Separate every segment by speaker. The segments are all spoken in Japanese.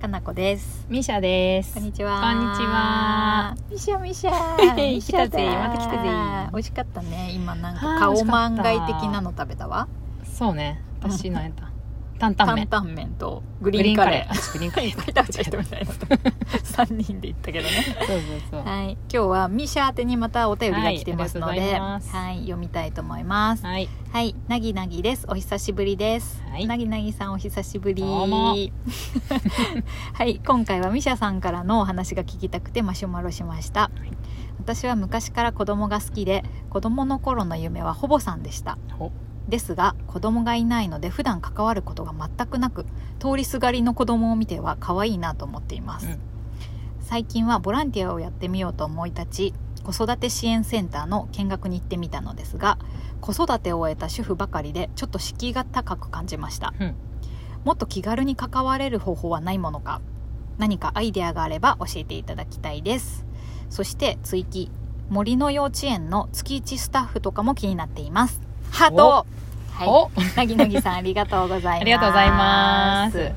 Speaker 1: かなこです。
Speaker 2: ミシャです
Speaker 1: こんにちは。
Speaker 2: こんにちは。
Speaker 1: ミシャミシャ。
Speaker 2: い来たぜ
Speaker 1: ミシャだ
Speaker 2: また来たぜ
Speaker 1: 美味しかったね。今なん
Speaker 2: は
Speaker 1: か
Speaker 2: い
Speaker 1: 顔
Speaker 2: 美味しか
Speaker 1: 漫
Speaker 2: った
Speaker 1: 画的なの食べたわ。
Speaker 2: そうね私の やった担々
Speaker 1: 担
Speaker 2: 麺
Speaker 1: 々麺とグ
Speaker 2: グ
Speaker 1: リーンカレー。
Speaker 2: ーグリーンカレー
Speaker 1: いっ ぱい食べちゃったみたいな。三人で行ったけど ね。
Speaker 2: そうそうそう
Speaker 1: はい。今日はミシャ宛てにまたお便りが来てますので、
Speaker 2: はいありがとうござい
Speaker 1: は
Speaker 2: ます
Speaker 1: い、読みたいと思います。
Speaker 2: はい
Speaker 1: はい、なぎなぎです。お久しぶりです。
Speaker 2: はい
Speaker 1: なぎなぎさんお久しぶり。
Speaker 2: どう
Speaker 1: は
Speaker 2: も
Speaker 1: い、今回はミシャさんからのお話が聞きたくてマシュマロしました。私は昔から子供が好きで、子供の頃の夢はほぼさんでした。
Speaker 2: お
Speaker 1: ですが子供がいないので普段関わることが全くなく通りすがりの子供を見ては可愛いなと思っています、
Speaker 2: うん
Speaker 1: 最近はボランティアをやってみようと思い立ち子育て支援センターの見学に行ってみたのですが子育てを終えた主婦ばかりでちょっと敷居が高く感じました
Speaker 2: うん
Speaker 1: もっと気軽に関われる方法はないものか何かアイデアがあれば教えていただきたいですそして追記森の幼稚園の月1スタッフとかも気になっていますハートは
Speaker 2: お
Speaker 1: い、なぎなぎさんありがとうございます
Speaker 2: ありがとうございます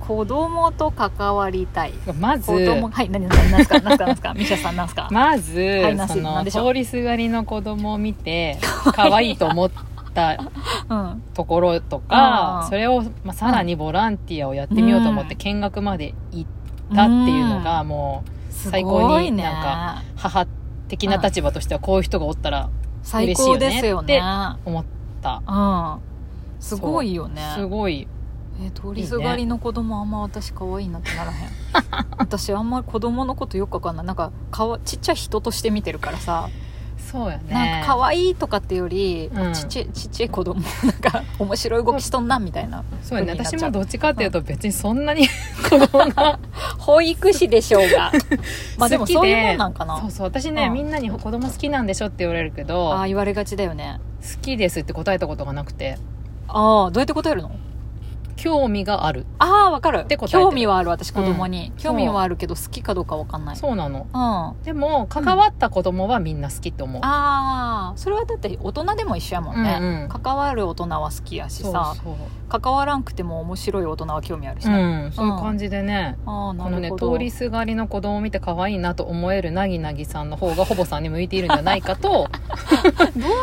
Speaker 1: 子供と関わりたい
Speaker 2: まず
Speaker 1: 子供はい何何何すか何すか何すかミシャさん何すか
Speaker 2: まず、
Speaker 1: いなし
Speaker 2: そ
Speaker 1: なん
Speaker 2: の
Speaker 1: でしょう
Speaker 2: 通りすがりの子供を見 て可愛いと思った
Speaker 1: うん
Speaker 2: ところと
Speaker 1: あ
Speaker 2: か
Speaker 1: ー
Speaker 2: それを、まあ、さらにボランティアをやってみようと思って
Speaker 1: うん
Speaker 2: 見学まで行ったっていうのがもう
Speaker 1: す
Speaker 2: 最
Speaker 1: ご
Speaker 2: 高
Speaker 1: い
Speaker 2: に
Speaker 1: ね
Speaker 2: なんか母的な立場としてはこういう人がおったら
Speaker 1: 最高ですよね
Speaker 2: 嬉しい思った
Speaker 1: うんすごいよね
Speaker 2: すごい
Speaker 1: え通りすがりの子供あんま私可愛いなってなら へん私あんま子供のことよくわかんないなんかかわちっちゃい人として見てるからさ
Speaker 2: そうやね
Speaker 1: なんか可愛いとかってより、
Speaker 2: うん
Speaker 1: ちっちゃいちっちゃい子供なんか面白い動きしとんなみたいな
Speaker 2: そうや
Speaker 1: 風
Speaker 2: ね
Speaker 1: になっち
Speaker 2: 私
Speaker 1: ゃう
Speaker 2: もどっちかっていうと別にそんなに 子供が
Speaker 1: 保育士でしょう が まあでも
Speaker 2: 好きで
Speaker 1: そういうもんなんか
Speaker 2: そ
Speaker 1: な
Speaker 2: うそう私ね、
Speaker 1: うん
Speaker 2: みんなに子供好きなんでしょって言われるけど
Speaker 1: ああ言われがちだよね
Speaker 2: 好きですって答えたことがなくて
Speaker 1: ああどうやって答えるの
Speaker 2: 興味がある
Speaker 1: ああわかる
Speaker 2: て答えてる
Speaker 1: 興味はある私子供に、興味
Speaker 2: そう
Speaker 1: はあるけど好きかどうかわかんない
Speaker 2: そうなの
Speaker 1: うんあ
Speaker 2: でも関わった子供はみんな好きと思う、
Speaker 1: あーそれはだって大人でも一緒やもんね、
Speaker 2: うんうん
Speaker 1: 関わる大人は好きやし
Speaker 2: そう
Speaker 1: さ
Speaker 2: そう
Speaker 1: 関わらんくても面白い大人は興味あるし
Speaker 2: う
Speaker 1: な、
Speaker 2: ん、そういう感じでね、
Speaker 1: ああな
Speaker 2: このね
Speaker 1: るほど
Speaker 2: 通りすがりの子供を見て可愛いなと思えるなぎなぎさんの方がほぼさんに向いているんじゃないかと
Speaker 1: どう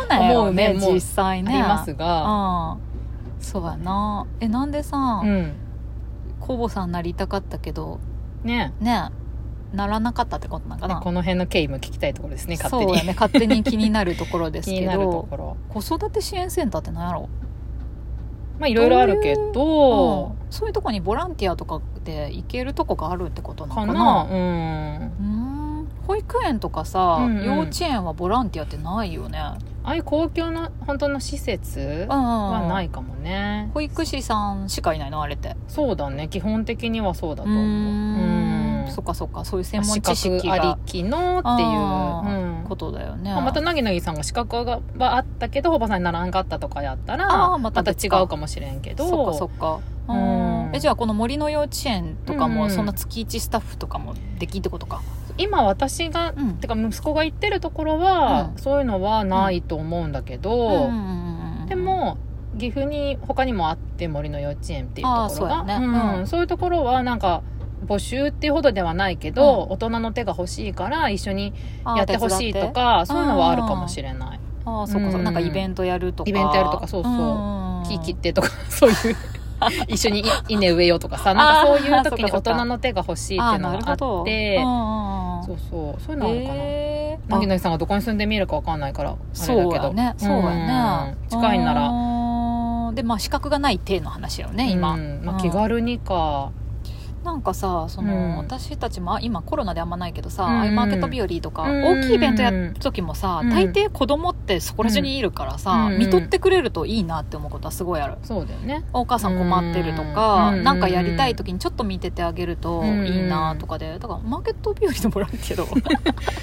Speaker 1: なんやろうね
Speaker 2: 思うねもう
Speaker 1: 実際
Speaker 2: あ
Speaker 1: ね
Speaker 2: ります
Speaker 1: う
Speaker 2: が、
Speaker 1: んそうやなえなんでさ
Speaker 2: うん
Speaker 1: コボさんなりたかったけど
Speaker 2: ね
Speaker 1: ねならなかったってことなんかな
Speaker 2: この辺の経緯も聞きたいところですね勝手
Speaker 1: そう
Speaker 2: に、
Speaker 1: やね勝手に気になるところです
Speaker 2: 気
Speaker 1: け
Speaker 2: になると
Speaker 1: ど
Speaker 2: ころ
Speaker 1: 子育て支援センターって何やろ
Speaker 2: まあいろいろあるけど
Speaker 1: うんそういうとこにボランティアとかで行けるとこがあるってことなの
Speaker 2: か
Speaker 1: か
Speaker 2: な
Speaker 1: な
Speaker 2: う
Speaker 1: う
Speaker 2: ん
Speaker 1: ーん保育園とかさ、
Speaker 2: うんうん
Speaker 1: 幼稚園はボランティアってないよね
Speaker 2: ああいう公共の本当の施設は
Speaker 1: は
Speaker 2: ないかもね
Speaker 1: 保育士さんしかいないのあれって
Speaker 2: そうだね基本的にはそうだ
Speaker 1: う
Speaker 2: と思う
Speaker 1: ー
Speaker 2: うんん
Speaker 1: そっかそっかそういう専
Speaker 2: まあ
Speaker 1: 門
Speaker 2: 資
Speaker 1: 知識
Speaker 2: 格
Speaker 1: が
Speaker 2: ありきのっていう、
Speaker 1: あー
Speaker 2: うん
Speaker 1: ことだよね、
Speaker 2: まあまたなぎなぎさんが資格があったけどほばさんにならんかったとかやった
Speaker 1: あー
Speaker 2: ら
Speaker 1: ま
Speaker 2: ま
Speaker 1: た
Speaker 2: た
Speaker 1: 別か
Speaker 2: 違うかもしれんけど
Speaker 1: そっかそっか
Speaker 2: うん
Speaker 1: うんえじゃあこの森の幼稚園とか
Speaker 2: う
Speaker 1: も
Speaker 2: ん
Speaker 1: そんな月1スタッフとかもできんってことか
Speaker 2: 今私が、
Speaker 1: うん
Speaker 2: てか息子が行ってるところは、
Speaker 1: うん
Speaker 2: そういうのはないと思うんだけど、でも岐阜に他にもあって森の幼稚園っていう
Speaker 1: あー
Speaker 2: とこ
Speaker 1: そ
Speaker 2: ろ
Speaker 1: うや
Speaker 2: が
Speaker 1: ね
Speaker 2: ん
Speaker 1: うん
Speaker 2: そういうところはなんか募集っていうほどではないけど、大人の手が欲しいから一緒にやってほしいとかそういうのはあるかもしれない
Speaker 1: あー手伝ってあーそっかそっ
Speaker 2: う
Speaker 1: か
Speaker 2: ん
Speaker 1: なんかイベントやるとか
Speaker 2: イベントやるとかそうそうん
Speaker 1: んん
Speaker 2: 木切ってとか そういう一緒にい稲植えようとかさなんかそういう時
Speaker 1: あー
Speaker 2: に
Speaker 1: そっかそっ
Speaker 2: 大
Speaker 1: か
Speaker 2: 人の手が欲しいっ
Speaker 1: あ
Speaker 2: て
Speaker 1: ー
Speaker 2: いうの
Speaker 1: なる
Speaker 2: が
Speaker 1: ほど
Speaker 2: あって
Speaker 1: うんうんうん
Speaker 2: そうそうそういうのあるかな、
Speaker 1: へー
Speaker 2: なぎなぎさんがどこに住んでみるかわかんないからあれだけど
Speaker 1: そうやねそうやね
Speaker 2: うん近いなら
Speaker 1: らでまあ資格がない体の話だよね今、
Speaker 2: うんま
Speaker 1: うん
Speaker 2: あ、気軽にか、
Speaker 1: なんかさその、
Speaker 2: うん
Speaker 1: 私たちもあ今コロナであんまないけどさ、
Speaker 2: うんうん
Speaker 1: アイマーケット日和とか、
Speaker 2: うんう
Speaker 1: 大
Speaker 2: ん
Speaker 1: きいイベントやる時もさ、
Speaker 2: うん
Speaker 1: 大抵子供ってそこら中にいるからさ、
Speaker 2: うん
Speaker 1: 見とってくれるといいなって思うことはすごいある。
Speaker 2: そうだよね
Speaker 1: お母さん困ってるとか、
Speaker 2: うん
Speaker 1: なんかやりたい時にちょっと見ててあげるといいなとかで、だからマーケット日和のボランティアどう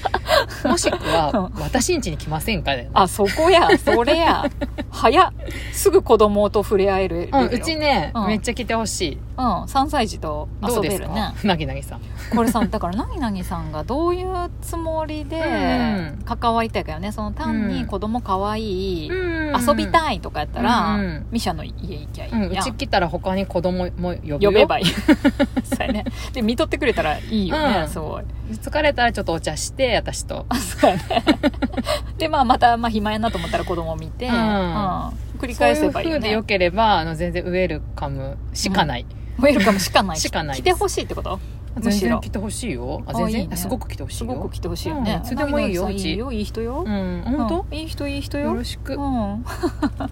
Speaker 2: もしくは「私ん家に来ませんかね」
Speaker 1: あそこやそれや早っすぐ子供と触れ合える
Speaker 2: うん、うちね、
Speaker 1: うん
Speaker 2: めっちゃ来てほしい
Speaker 1: うん、3歳児と
Speaker 2: ど
Speaker 1: 遊
Speaker 2: うで
Speaker 1: べ
Speaker 2: す
Speaker 1: るね
Speaker 2: かなぎなぎさん
Speaker 1: これさだから何々さんがどういうつもりで
Speaker 2: うん
Speaker 1: 関わりたいかよねその単
Speaker 2: う
Speaker 1: に
Speaker 2: ん
Speaker 1: 子供可愛い、
Speaker 2: うんうんうん
Speaker 1: 遊びたいとかやったら、
Speaker 2: うんうん
Speaker 1: ミシャの家行きゃいい
Speaker 2: うん、う
Speaker 1: やん
Speaker 2: ち来たら他に子供も呼ぶよ
Speaker 1: 呼べばいい そうやねで見とってくれたらいいよね、
Speaker 2: うん
Speaker 1: すごい
Speaker 2: 疲れたらちょっとお茶して私と
Speaker 1: そうやね でまあまた、まあ、暇やなと思ったら子供見て、
Speaker 2: うん
Speaker 1: 繰り返せばいい
Speaker 2: そ
Speaker 1: よ
Speaker 2: ういう風で
Speaker 1: ね
Speaker 2: よければあの全然ウェルカムしかない、
Speaker 1: ウェルカムしかない
Speaker 2: しかない
Speaker 1: 来てほしいってことむ
Speaker 2: 全
Speaker 1: しろ
Speaker 2: 然来てほしいよあ
Speaker 1: あ
Speaker 2: 全然
Speaker 1: いいね
Speaker 2: あすごく来てほしい
Speaker 1: す
Speaker 2: よ
Speaker 1: ごく来てほしいよね、
Speaker 2: うんいつでもいいよ
Speaker 1: な
Speaker 2: うち
Speaker 1: いいよいい人よ、
Speaker 2: うん本当、
Speaker 1: うんいい人いい人
Speaker 2: よ
Speaker 1: よ
Speaker 2: ろし
Speaker 1: う
Speaker 2: く
Speaker 1: ん、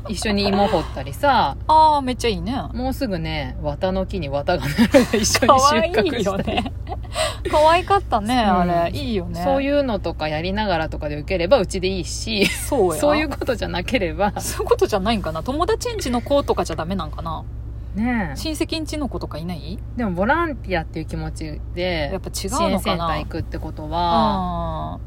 Speaker 2: 一緒に芋掘ったりさ
Speaker 1: ああめっちゃいいね
Speaker 2: もうすぐね綿の木に綿がなるので一緒
Speaker 1: 可
Speaker 2: に収
Speaker 1: 愛
Speaker 2: 穫
Speaker 1: い
Speaker 2: した
Speaker 1: よ
Speaker 2: り
Speaker 1: ね可愛かったね、
Speaker 2: うん
Speaker 1: あれいいよね
Speaker 2: そういううのとかやりながらとかで受ければうちでいいし
Speaker 1: そうや
Speaker 2: そういうことじゃなければ
Speaker 1: そういうことじゃないんかな友達んちの子とかじゃダメなんかな
Speaker 2: ね
Speaker 1: 親戚んちの子とかいない
Speaker 2: えでもボランティアっていう気持ち
Speaker 1: やっ
Speaker 2: で
Speaker 1: ぱ違
Speaker 2: 支
Speaker 1: う
Speaker 2: 援
Speaker 1: の
Speaker 2: セ
Speaker 1: か
Speaker 2: ンター
Speaker 1: な
Speaker 2: 行くってことは
Speaker 1: あ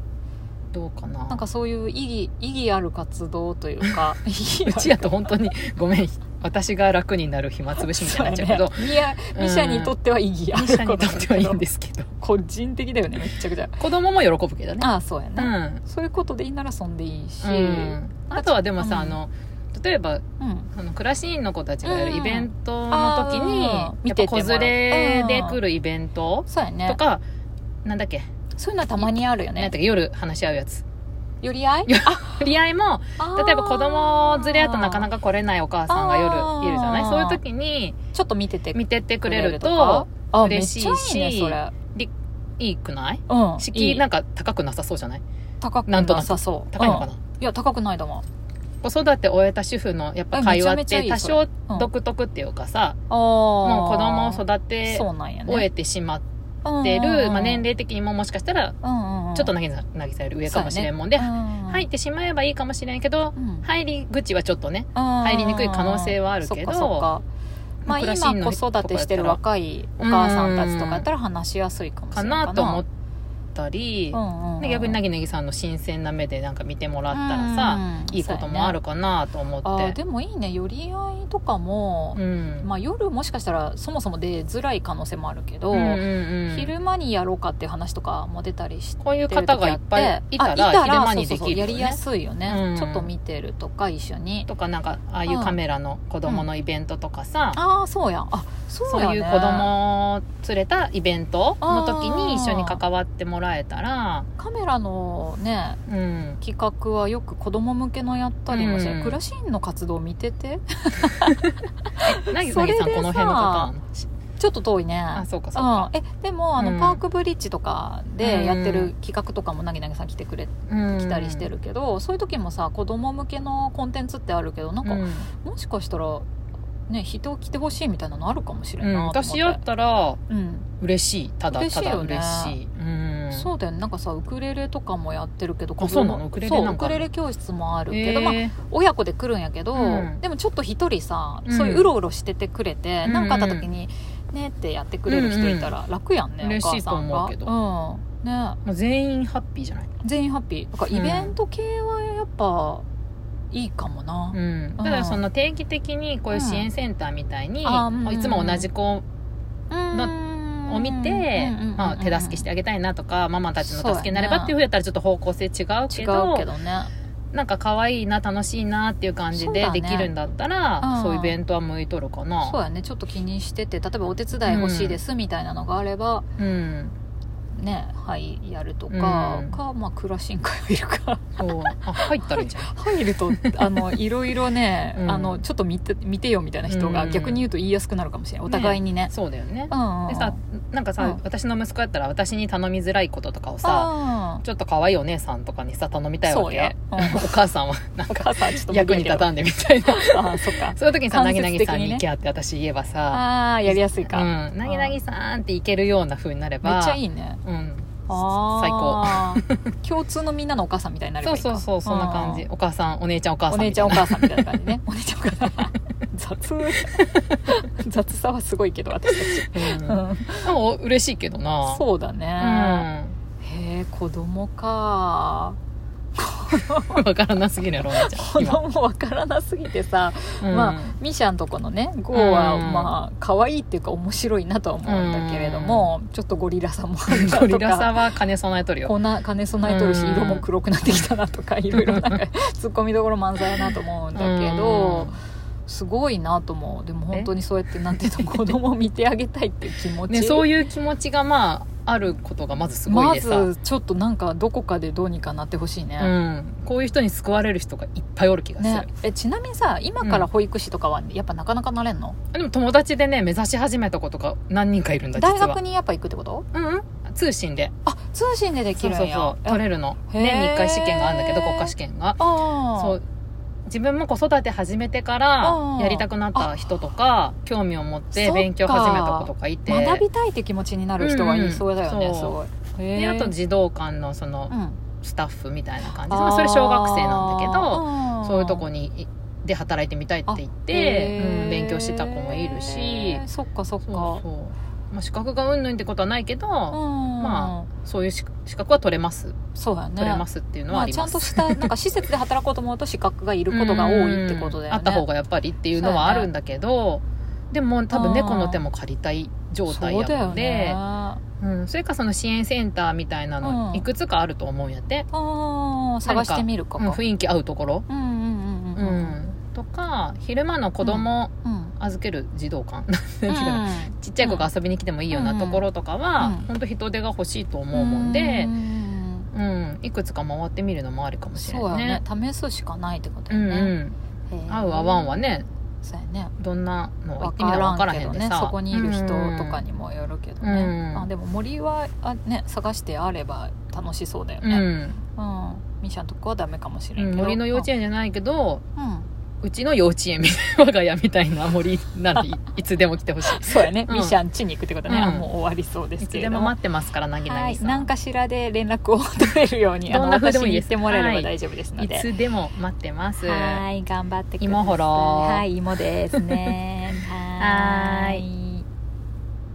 Speaker 1: ー
Speaker 2: どうかな
Speaker 1: なんかそういう意義意義ある活動という か意義ある
Speaker 2: うちやと本当にごめん私が楽になる暇つぶしみたいになっちゃうけど
Speaker 1: そうねいやミシャにとっては意義あ
Speaker 2: ミシ
Speaker 1: る
Speaker 2: ャに
Speaker 1: ことと
Speaker 2: ってはいいんですすけど
Speaker 1: 個人的だよねめっちゃくちゃ
Speaker 2: 子供も喜ぶけどね
Speaker 1: ああそうや
Speaker 2: う
Speaker 1: ね、
Speaker 2: ん、
Speaker 1: そういうことでいいならそんでいいし、
Speaker 2: う
Speaker 1: うんん、
Speaker 2: あとはでもさ、
Speaker 1: うん
Speaker 2: あの例えばあのクラシーンの子たちがやるイベントの時に、
Speaker 1: うんあー
Speaker 2: やっぱ子連れで来るイベント
Speaker 1: そうやね
Speaker 2: とか、なんだっけ、
Speaker 1: そういうのはたまにあるよ
Speaker 2: なんだ
Speaker 1: ね
Speaker 2: っけ夜話し合うやつ
Speaker 1: 寄り合い
Speaker 2: 寄り合いも
Speaker 1: あー
Speaker 2: 例えば子供連れやとなかなか来れないお母さんが
Speaker 1: あ
Speaker 2: 夜
Speaker 1: ー
Speaker 2: いるじゃないそういう時に
Speaker 1: ちょっと見てて
Speaker 2: 見てってくれる
Speaker 1: くか
Speaker 2: と
Speaker 1: あ
Speaker 2: 嬉しいし
Speaker 1: めっちゃいいねそれ
Speaker 2: いいくない
Speaker 1: うん
Speaker 2: 敷
Speaker 1: い
Speaker 2: 居
Speaker 1: い
Speaker 2: なんか高くなさそうじゃない
Speaker 1: 高く
Speaker 2: なんとな
Speaker 1: な
Speaker 2: く
Speaker 1: さそう
Speaker 2: 高いのか
Speaker 1: うん
Speaker 2: な、
Speaker 1: いや高くないだもん
Speaker 2: 子育て終えた主婦のやっぱ
Speaker 1: うん
Speaker 2: 会話っ
Speaker 1: めちゃめちゃいいそ
Speaker 2: て多少
Speaker 1: れうん
Speaker 2: 独特っていうかさ、も
Speaker 1: も
Speaker 2: う子供を育て
Speaker 1: そうなんやね
Speaker 2: 終えてしまっ
Speaker 1: って
Speaker 2: る、まあ、年齢的にももしかしたらちょっと
Speaker 1: ね
Speaker 2: なぎさなぎさより上かもしれんもんで、入ってしまえばいいかもしれんけど入り口はちょっとね
Speaker 1: 入
Speaker 2: 入りにくい可能性はあるけど
Speaker 1: まあ
Speaker 2: 暮らし
Speaker 1: 今
Speaker 2: んの
Speaker 1: 子育てしてる
Speaker 2: とこ
Speaker 1: 若いお母さんたちとかやったら話しやすいかもし
Speaker 2: か
Speaker 1: れない
Speaker 2: なと思ったり、で逆になぎなぎさんの新鮮な目でなんか見てもらったらさ、いいこともある
Speaker 1: か
Speaker 2: かなと思って。
Speaker 1: でもいいね寄り合いとかも
Speaker 2: うん
Speaker 1: まあ夜もしかしたらそもそも出づらい可能性もあるけど
Speaker 2: うんうんうん
Speaker 1: 昼間にやろうかっていう話とかも出たりして
Speaker 2: こういう方がいっぱいいたら
Speaker 1: あいた
Speaker 2: 昼間にで
Speaker 1: そうそうそう
Speaker 2: きる
Speaker 1: や
Speaker 2: よ
Speaker 1: りや
Speaker 2: ね。
Speaker 1: すいよね、
Speaker 2: うん
Speaker 1: ちょっと見てるとか一緒に
Speaker 2: とかなんかああいうカメラの子供のイベントとかさ、
Speaker 1: ああそうやんあそう
Speaker 2: そう
Speaker 1: や、ね、
Speaker 2: いう子供を連れたイベントの時に
Speaker 1: あー
Speaker 2: 一緒に関わってもらえたら、
Speaker 1: カメラのね
Speaker 2: うん、
Speaker 1: 企画はよく子供向けのやったりもして、
Speaker 2: うん
Speaker 1: クラシーンの活動見てて
Speaker 2: なぎさん
Speaker 1: それでさ
Speaker 2: この辺の方なの
Speaker 1: ちょっと遠いね
Speaker 2: あそうかそうか、
Speaker 1: うん、えでもあの、
Speaker 2: うん
Speaker 1: パークブリッジとかでやってる企画とかもなぎなぎさん来てくれ
Speaker 2: うん
Speaker 1: 来たりしてるけど、そういう時もさ子供向けのコンテンツってあるけどなんか、
Speaker 2: うん
Speaker 1: もしかしたらね人を来てほしいみたいなのあるかもしれん
Speaker 2: うん
Speaker 1: なと思って、
Speaker 2: 私やったら
Speaker 1: うん、
Speaker 2: 嬉しいただ
Speaker 1: 嬉
Speaker 2: た
Speaker 1: しい
Speaker 2: だ
Speaker 1: よ
Speaker 2: 嬉
Speaker 1: ね
Speaker 2: しい、うん、
Speaker 1: そうだよねなんかさウクレレとかもやってるけど
Speaker 2: あそうなのウクレレなんかあ
Speaker 1: そう
Speaker 2: る
Speaker 1: ウクレレ教室もあるけ
Speaker 2: え
Speaker 1: ど、まあ、
Speaker 2: ー
Speaker 1: 親子で来るんやけど、
Speaker 2: うん
Speaker 1: でもちょっと一人さ、
Speaker 2: うん
Speaker 1: そういううろうろしててくれて
Speaker 2: うん
Speaker 1: なん、かあった時に「ね」ってやってくれる人いたら楽やんね、
Speaker 2: 嬉
Speaker 1: お
Speaker 2: しい
Speaker 1: 母さ
Speaker 2: と
Speaker 1: ん
Speaker 2: 思
Speaker 1: が
Speaker 2: うけど
Speaker 1: うんね、
Speaker 2: もう全員ハッピーじゃない、
Speaker 1: 全員ハッピーだからイベント系はやっぱいいかもな、
Speaker 2: うん、ただその定期的にこういう支援センターみたいに、
Speaker 1: うんあーうん
Speaker 2: いつも同じ子のを見て、まあ、手助けしててあげたいなとかママたちの助けになれば
Speaker 1: そうやね
Speaker 2: っていうふうやったらちょっと方向性違うけど
Speaker 1: 違うけどね
Speaker 2: なんか可愛いな楽しいなっていう感じ
Speaker 1: そう
Speaker 2: で
Speaker 1: だ
Speaker 2: で
Speaker 1: ね
Speaker 2: きるんだったらそ
Speaker 1: う
Speaker 2: う,、
Speaker 1: ん
Speaker 2: いうイベントは向いとる
Speaker 1: そ
Speaker 2: か
Speaker 1: う
Speaker 2: な
Speaker 1: やねちょっと気にしてて例えばお手伝い欲しいですみたいなのがあれば、
Speaker 2: うん
Speaker 1: ねはいやるとか、
Speaker 2: うん
Speaker 1: かまあクラシン会をいるか
Speaker 2: そうあ入った らいいんじゃん
Speaker 1: 入るとあのいろいろね、
Speaker 2: うん
Speaker 1: あのちょっと見て見てよみたいな人
Speaker 2: う
Speaker 1: が
Speaker 2: ん
Speaker 1: 逆に言うと言いやすくなるかもしれないお互いにね
Speaker 2: そうだよね
Speaker 1: うん
Speaker 2: でさなんかさ、
Speaker 1: うん
Speaker 2: 私の息子やったら私に頼みづらいこととかをさ
Speaker 1: さ
Speaker 2: ちょっと可愛いお姉さんとかにさ頼みたい
Speaker 1: そ
Speaker 2: わ
Speaker 1: うや
Speaker 2: け、
Speaker 1: うん
Speaker 2: お母さん はなん
Speaker 1: お
Speaker 2: か
Speaker 1: 母さんちょっと無理やけ
Speaker 2: 役
Speaker 1: ど
Speaker 2: に立たんでみたいな
Speaker 1: あ あそっか
Speaker 2: そういう時にさな
Speaker 1: 間接
Speaker 2: ぎ
Speaker 1: 的にね
Speaker 2: なぎさんに行けやって私言えばさ
Speaker 1: ああやりやすいか、めっ
Speaker 2: うん、なぎなぎさんって行けるような風になれば
Speaker 1: ちゃいいね
Speaker 2: うん、最高
Speaker 1: あ最高 共通のみんなのお母さんみたいになれば
Speaker 2: そ
Speaker 1: いういか
Speaker 2: そうそうそんな感じ
Speaker 1: う
Speaker 2: お母さんお姉ちゃんお母さ
Speaker 1: お
Speaker 2: ん
Speaker 1: 姉
Speaker 2: み
Speaker 1: ちゃん
Speaker 2: た
Speaker 1: お
Speaker 2: い
Speaker 1: 母
Speaker 2: な
Speaker 1: さんみたいな感じね お姉ちゃんお母さん雑雑さはすごいけど私たち、
Speaker 2: うん
Speaker 1: うん
Speaker 2: でも嬉しいけどな
Speaker 1: そうだね、
Speaker 2: ん
Speaker 1: へえ子供か
Speaker 2: わからなすぎるやろ、お姉ちゃん。
Speaker 1: 子
Speaker 2: 今
Speaker 1: 供わからなすぎてさ、
Speaker 2: うん
Speaker 1: まあミシャンとこのねゴーは
Speaker 2: うん
Speaker 1: まあ可愛いっていうか面白いなとは思うんだけれども、ちょっとゴリラさもあるなとか
Speaker 2: ゴリラさんは金備えとるよ。
Speaker 1: 粉金備えとるし
Speaker 2: うん
Speaker 1: 色も黒くなってきたなとかいろいろなんかツッコミどころ満載だなと思うんだけどすごいなと思うでも本当にそうやってなんていうの子供を見てあげたいっていう気持
Speaker 2: うん、
Speaker 1: ち、
Speaker 2: ね、そういう気持ちがまあ、あることがまずすごい
Speaker 1: ま
Speaker 2: でさ。
Speaker 1: ずちょっとなんかどこかでどうにかなってほしいね,、
Speaker 2: うん、こういう人に救われる人がいっぱいおる気がする、
Speaker 1: ねえちなみにさ今から保育士とかはやっぱなかなかなれんの、
Speaker 2: でも友達でね目指し始めた子とか何人かいるんだ実
Speaker 1: 大
Speaker 2: は
Speaker 1: 学にやっぱ行くってこと
Speaker 2: うんうん通信で
Speaker 1: あ通信ででき
Speaker 2: そう
Speaker 1: るんや
Speaker 2: そうそう取れるの
Speaker 1: へー
Speaker 2: 年に1回試験があるんだけど国家試験が
Speaker 1: ああ
Speaker 2: そう自分も子育て始めてか
Speaker 1: あ
Speaker 2: ら
Speaker 1: ー
Speaker 2: やりたくなった人とか興味を持って勉強始めた子とかいて
Speaker 1: 学びたいって気持ちになる人がいそうだよね、
Speaker 2: うんうん
Speaker 1: すごいへ
Speaker 2: で
Speaker 1: ー
Speaker 2: あと児童館のその
Speaker 1: うん
Speaker 2: スタッフみたいな感じで、まあ、それ小学生なんだけ
Speaker 1: ど
Speaker 2: どそういうとこ
Speaker 1: に
Speaker 2: にで働いてみたいって言っ
Speaker 1: へ
Speaker 2: て、
Speaker 1: ー
Speaker 2: うん、勉強してた子もいるし
Speaker 1: そっかそっか
Speaker 2: そうそう、まあ、資格がうんぬんってことはないけど、
Speaker 1: ま
Speaker 2: まそういうし資格は取れます
Speaker 1: あそうだよね
Speaker 2: 取れますっていうの
Speaker 1: ま
Speaker 2: はあ
Speaker 1: あ、
Speaker 2: り
Speaker 1: ちゃ
Speaker 2: ま
Speaker 1: ん
Speaker 2: す、
Speaker 1: としたなんか施設で働こうと思うと資格がいることが多いってことだよね
Speaker 2: うんあった方がやっぱりっていうのはあるんだけどでも多分猫の手も借りたい状態
Speaker 1: そうだ
Speaker 2: や
Speaker 1: よ
Speaker 2: の
Speaker 1: ね
Speaker 2: で
Speaker 1: あ
Speaker 2: そ,、うん、それかその支援センターみたいな
Speaker 1: う
Speaker 2: の
Speaker 1: ん
Speaker 2: いくつかあると思うんやって、
Speaker 1: ー探してみるか
Speaker 2: うん、
Speaker 1: も
Speaker 2: 雰囲気合うところ、
Speaker 1: うんうんうんうん
Speaker 2: う
Speaker 1: うんん
Speaker 2: とか昼間の子供
Speaker 1: うん
Speaker 2: 預ける児童館
Speaker 1: う
Speaker 2: なんていうかなん ちっちゃい子が遊びに来てもいいようなところとかは、
Speaker 1: うん
Speaker 2: 本当人手が欲しいと思うもんで
Speaker 1: う、ん
Speaker 2: うん、いくつか回ってみるのもありかもしれ
Speaker 1: そう
Speaker 2: な
Speaker 1: や
Speaker 2: いね
Speaker 1: ね。試すしかないってこと
Speaker 2: う
Speaker 1: よ
Speaker 2: ん
Speaker 1: ね
Speaker 2: うん。
Speaker 1: へー
Speaker 2: 合う合わんはね、
Speaker 1: そうやね
Speaker 2: どんなの行
Speaker 1: わ
Speaker 2: ってみたら分か
Speaker 1: かららんけ
Speaker 2: へん
Speaker 1: ど
Speaker 2: で
Speaker 1: ね
Speaker 2: さ。
Speaker 1: そこにいる人とか
Speaker 2: に。
Speaker 1: にもよるけど
Speaker 2: う
Speaker 1: ね
Speaker 2: ん
Speaker 1: あでも森はあね探してあれば楽しそうだよ
Speaker 2: う
Speaker 1: ね
Speaker 2: ん。
Speaker 1: うん、ミシャのとこはダメかもしれ
Speaker 2: うん
Speaker 1: け
Speaker 2: ん
Speaker 1: ど、
Speaker 2: 森の幼稚園じゃないけど、
Speaker 1: うん、うん
Speaker 2: うちの幼稚園みたいな、我が家みたいな森な らいいつでも来てほし
Speaker 1: そうやね、
Speaker 2: うん
Speaker 1: ミシャン地に行くってことね、
Speaker 2: うん
Speaker 1: あもう終わりそうで
Speaker 2: い。い
Speaker 1: す
Speaker 2: つ
Speaker 1: け
Speaker 2: で
Speaker 1: れど
Speaker 2: も
Speaker 1: も
Speaker 2: 待ってますから、なぎな
Speaker 1: は
Speaker 2: ぎ
Speaker 1: い
Speaker 2: さん。
Speaker 1: 何かしらで連絡を取れるようにあ
Speaker 2: ど
Speaker 1: の
Speaker 2: んな風で
Speaker 1: 私
Speaker 2: もいい
Speaker 1: に
Speaker 2: で
Speaker 1: 言
Speaker 2: す
Speaker 1: ってもらえれ
Speaker 2: は
Speaker 1: ば
Speaker 2: い
Speaker 1: 大丈夫ですの
Speaker 2: い
Speaker 1: で
Speaker 2: つでも待ってます。
Speaker 1: はい頑張ってください
Speaker 2: 芋掘ろう
Speaker 1: はい芋ですねはー
Speaker 2: はー